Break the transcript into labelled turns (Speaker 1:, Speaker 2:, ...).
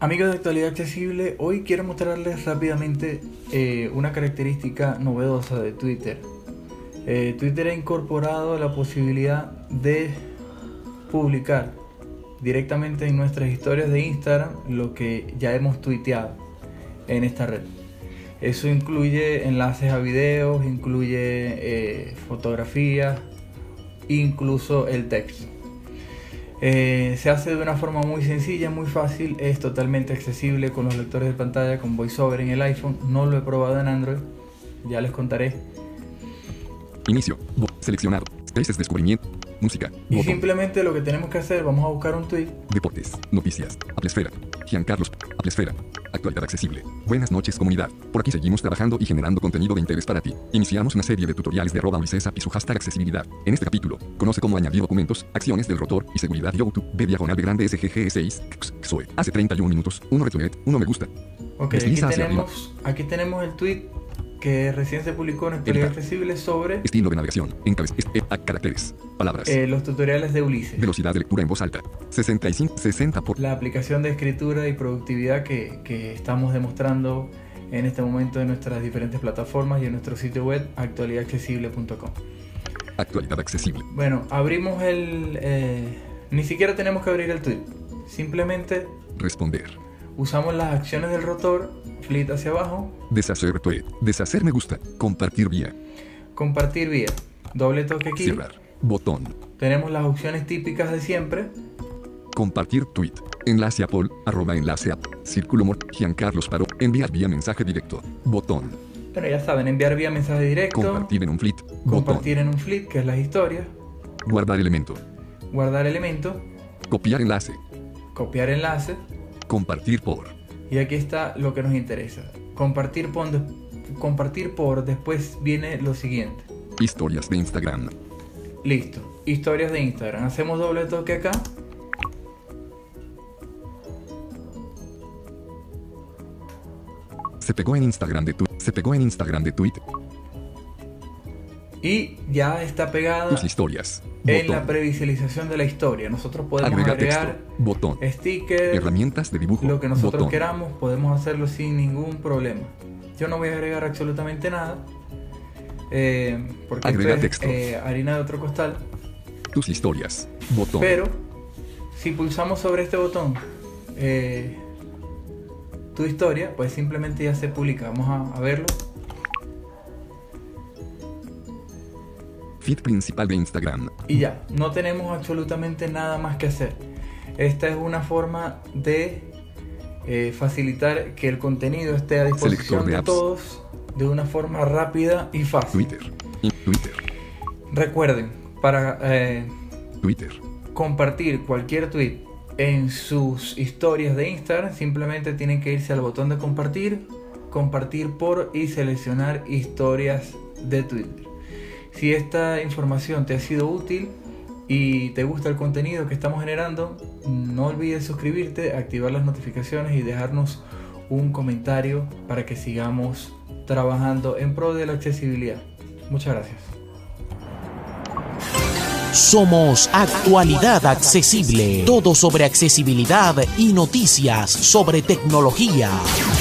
Speaker 1: Amigos de Actualidad Accesible, hoy quiero mostrarles rápidamente eh, una característica novedosa de Twitter. Eh, Twitter ha incorporado la posibilidad de publicar directamente en nuestras historias de Instagram lo que ya hemos tuiteado en esta red. Eso incluye enlaces a videos, incluye eh, fotografías, incluso el texto. Eh, se hace de una forma muy sencilla, muy fácil, es totalmente accesible con los lectores de pantalla, con VoiceOver en el iPhone. No lo he probado en Android, ya les contaré.
Speaker 2: Inicio. Bo- Seleccionado. Spaces descubrimiento. Música.
Speaker 1: Y
Speaker 2: Botón.
Speaker 1: simplemente lo que tenemos que hacer, vamos a buscar un tweet.
Speaker 2: Deportes. Noticias. Atlesfera. Giancarlos. Atlesfera. Actualidad accesible. Buenas noches comunidad. Por aquí seguimos trabajando y generando contenido de interés para ti. Iniciamos una serie de tutoriales de arroba Ulisesa y su hashtag accesibilidad. En este capítulo, conoce cómo añadir documentos, acciones del rotor y seguridad YouTube. B diagonal de grande SGG6. X, XOE. Hace 31 minutos. 1 retweet. 1 me gusta.
Speaker 1: Ok, aquí
Speaker 2: Desliza hacia
Speaker 1: tenemos, aquí tenemos el tweet que recién se publicó en Actualidad
Speaker 2: Editar.
Speaker 1: Accesible sobre
Speaker 2: Estilo de navegación. Encabez. est- e- a- caracteres. Palabras.
Speaker 1: eh, los tutoriales de Ulises.
Speaker 2: Velocidad de lectura en voz alta. 65. 60 por.
Speaker 1: la aplicación de escritura y productividad que, que estamos demostrando en este momento en nuestras diferentes plataformas y en nuestro sitio web actualidadaccesible.com.
Speaker 2: Actualidad accesible.
Speaker 1: Bueno, abrimos el... eh, ni siquiera tenemos que abrir el tweet. Simplemente
Speaker 2: Responder.
Speaker 1: usamos las acciones del rotor, flit hacia abajo,
Speaker 2: Deshacer tweet. Deshacer me gusta. Compartir vía.
Speaker 1: compartir vía, doble toque aquí.
Speaker 2: Cerrar. Botón.
Speaker 1: Tenemos las opciones típicas de siempre.
Speaker 2: Compartir tweet. Enlace a Paul. Arroba enlace a. Círculo Mor. Giancarlos Paró. Enviar vía mensaje directo. Botón.
Speaker 1: Bueno, ya saben, enviar vía mensaje directo,
Speaker 2: Compartir en un flit. Botón.
Speaker 1: compartir en un flit, que es las historias,
Speaker 2: Guardar elemento.
Speaker 1: guardar elemento,
Speaker 2: Copiar enlace.
Speaker 1: copiar enlace.
Speaker 2: Compartir por.
Speaker 1: Y aquí está lo que nos interesa. Compartir por, compartir por después viene lo siguiente.
Speaker 2: Historias de Instagram.
Speaker 1: Listo. Historias de Instagram. Hacemos doble toque acá.
Speaker 2: Se pegó en Instagram de tweet. Se pegó en Instagram de tweet.
Speaker 1: Y ya está pegada
Speaker 2: Tus historias.
Speaker 1: Ah. en la
Speaker 2: Pues Botón.
Speaker 1: previsualización de la historia. Nosotros podemos
Speaker 2: Agregar texto.
Speaker 1: agregar
Speaker 2: Botón.
Speaker 1: stickers,
Speaker 2: Herramientas de dibujo.
Speaker 1: lo que nosotros
Speaker 2: Botón.
Speaker 1: queramos, podemos hacerlo sin ningún problema. Yo no voy a agregar absolutamente nada. eh, porque esto
Speaker 2: Agrega
Speaker 1: es,
Speaker 2: texto.
Speaker 1: eh, harina de otro costal.
Speaker 2: Tus historias. Botón.
Speaker 1: Pero si pulsamos sobre este botón, eh, tu historia, pues simplemente ya se publica. Vamos a, a verlo.
Speaker 2: Feed principal de Instagram.
Speaker 1: Y ya, no tenemos absolutamente nada más que hacer. Esta es una forma de eh, facilitar que el contenido esté a disposición
Speaker 2: Selector de
Speaker 1: de,
Speaker 2: apps.
Speaker 1: todos de una forma rápida y fácil.
Speaker 2: Twitter. Y- Twitter.
Speaker 1: Recuerden, para eh,
Speaker 2: Twitter.
Speaker 1: compartir cualquier tweet en sus historias de Instagram, simplemente tienen que irse al botón de compartir, compartir por y seleccionar historias de Twitter. Si esta información te ha sido útil y te gusta el contenido que estamos generando, no olvides suscribirte, activar las notificaciones y dejarnos un comentario para que sigamos trabajando en pro de la accesibilidad. Muchas gracias.
Speaker 3: Somos Actualidad Accesible. Todo sobre accesibilidad y noticias sobre tecnología.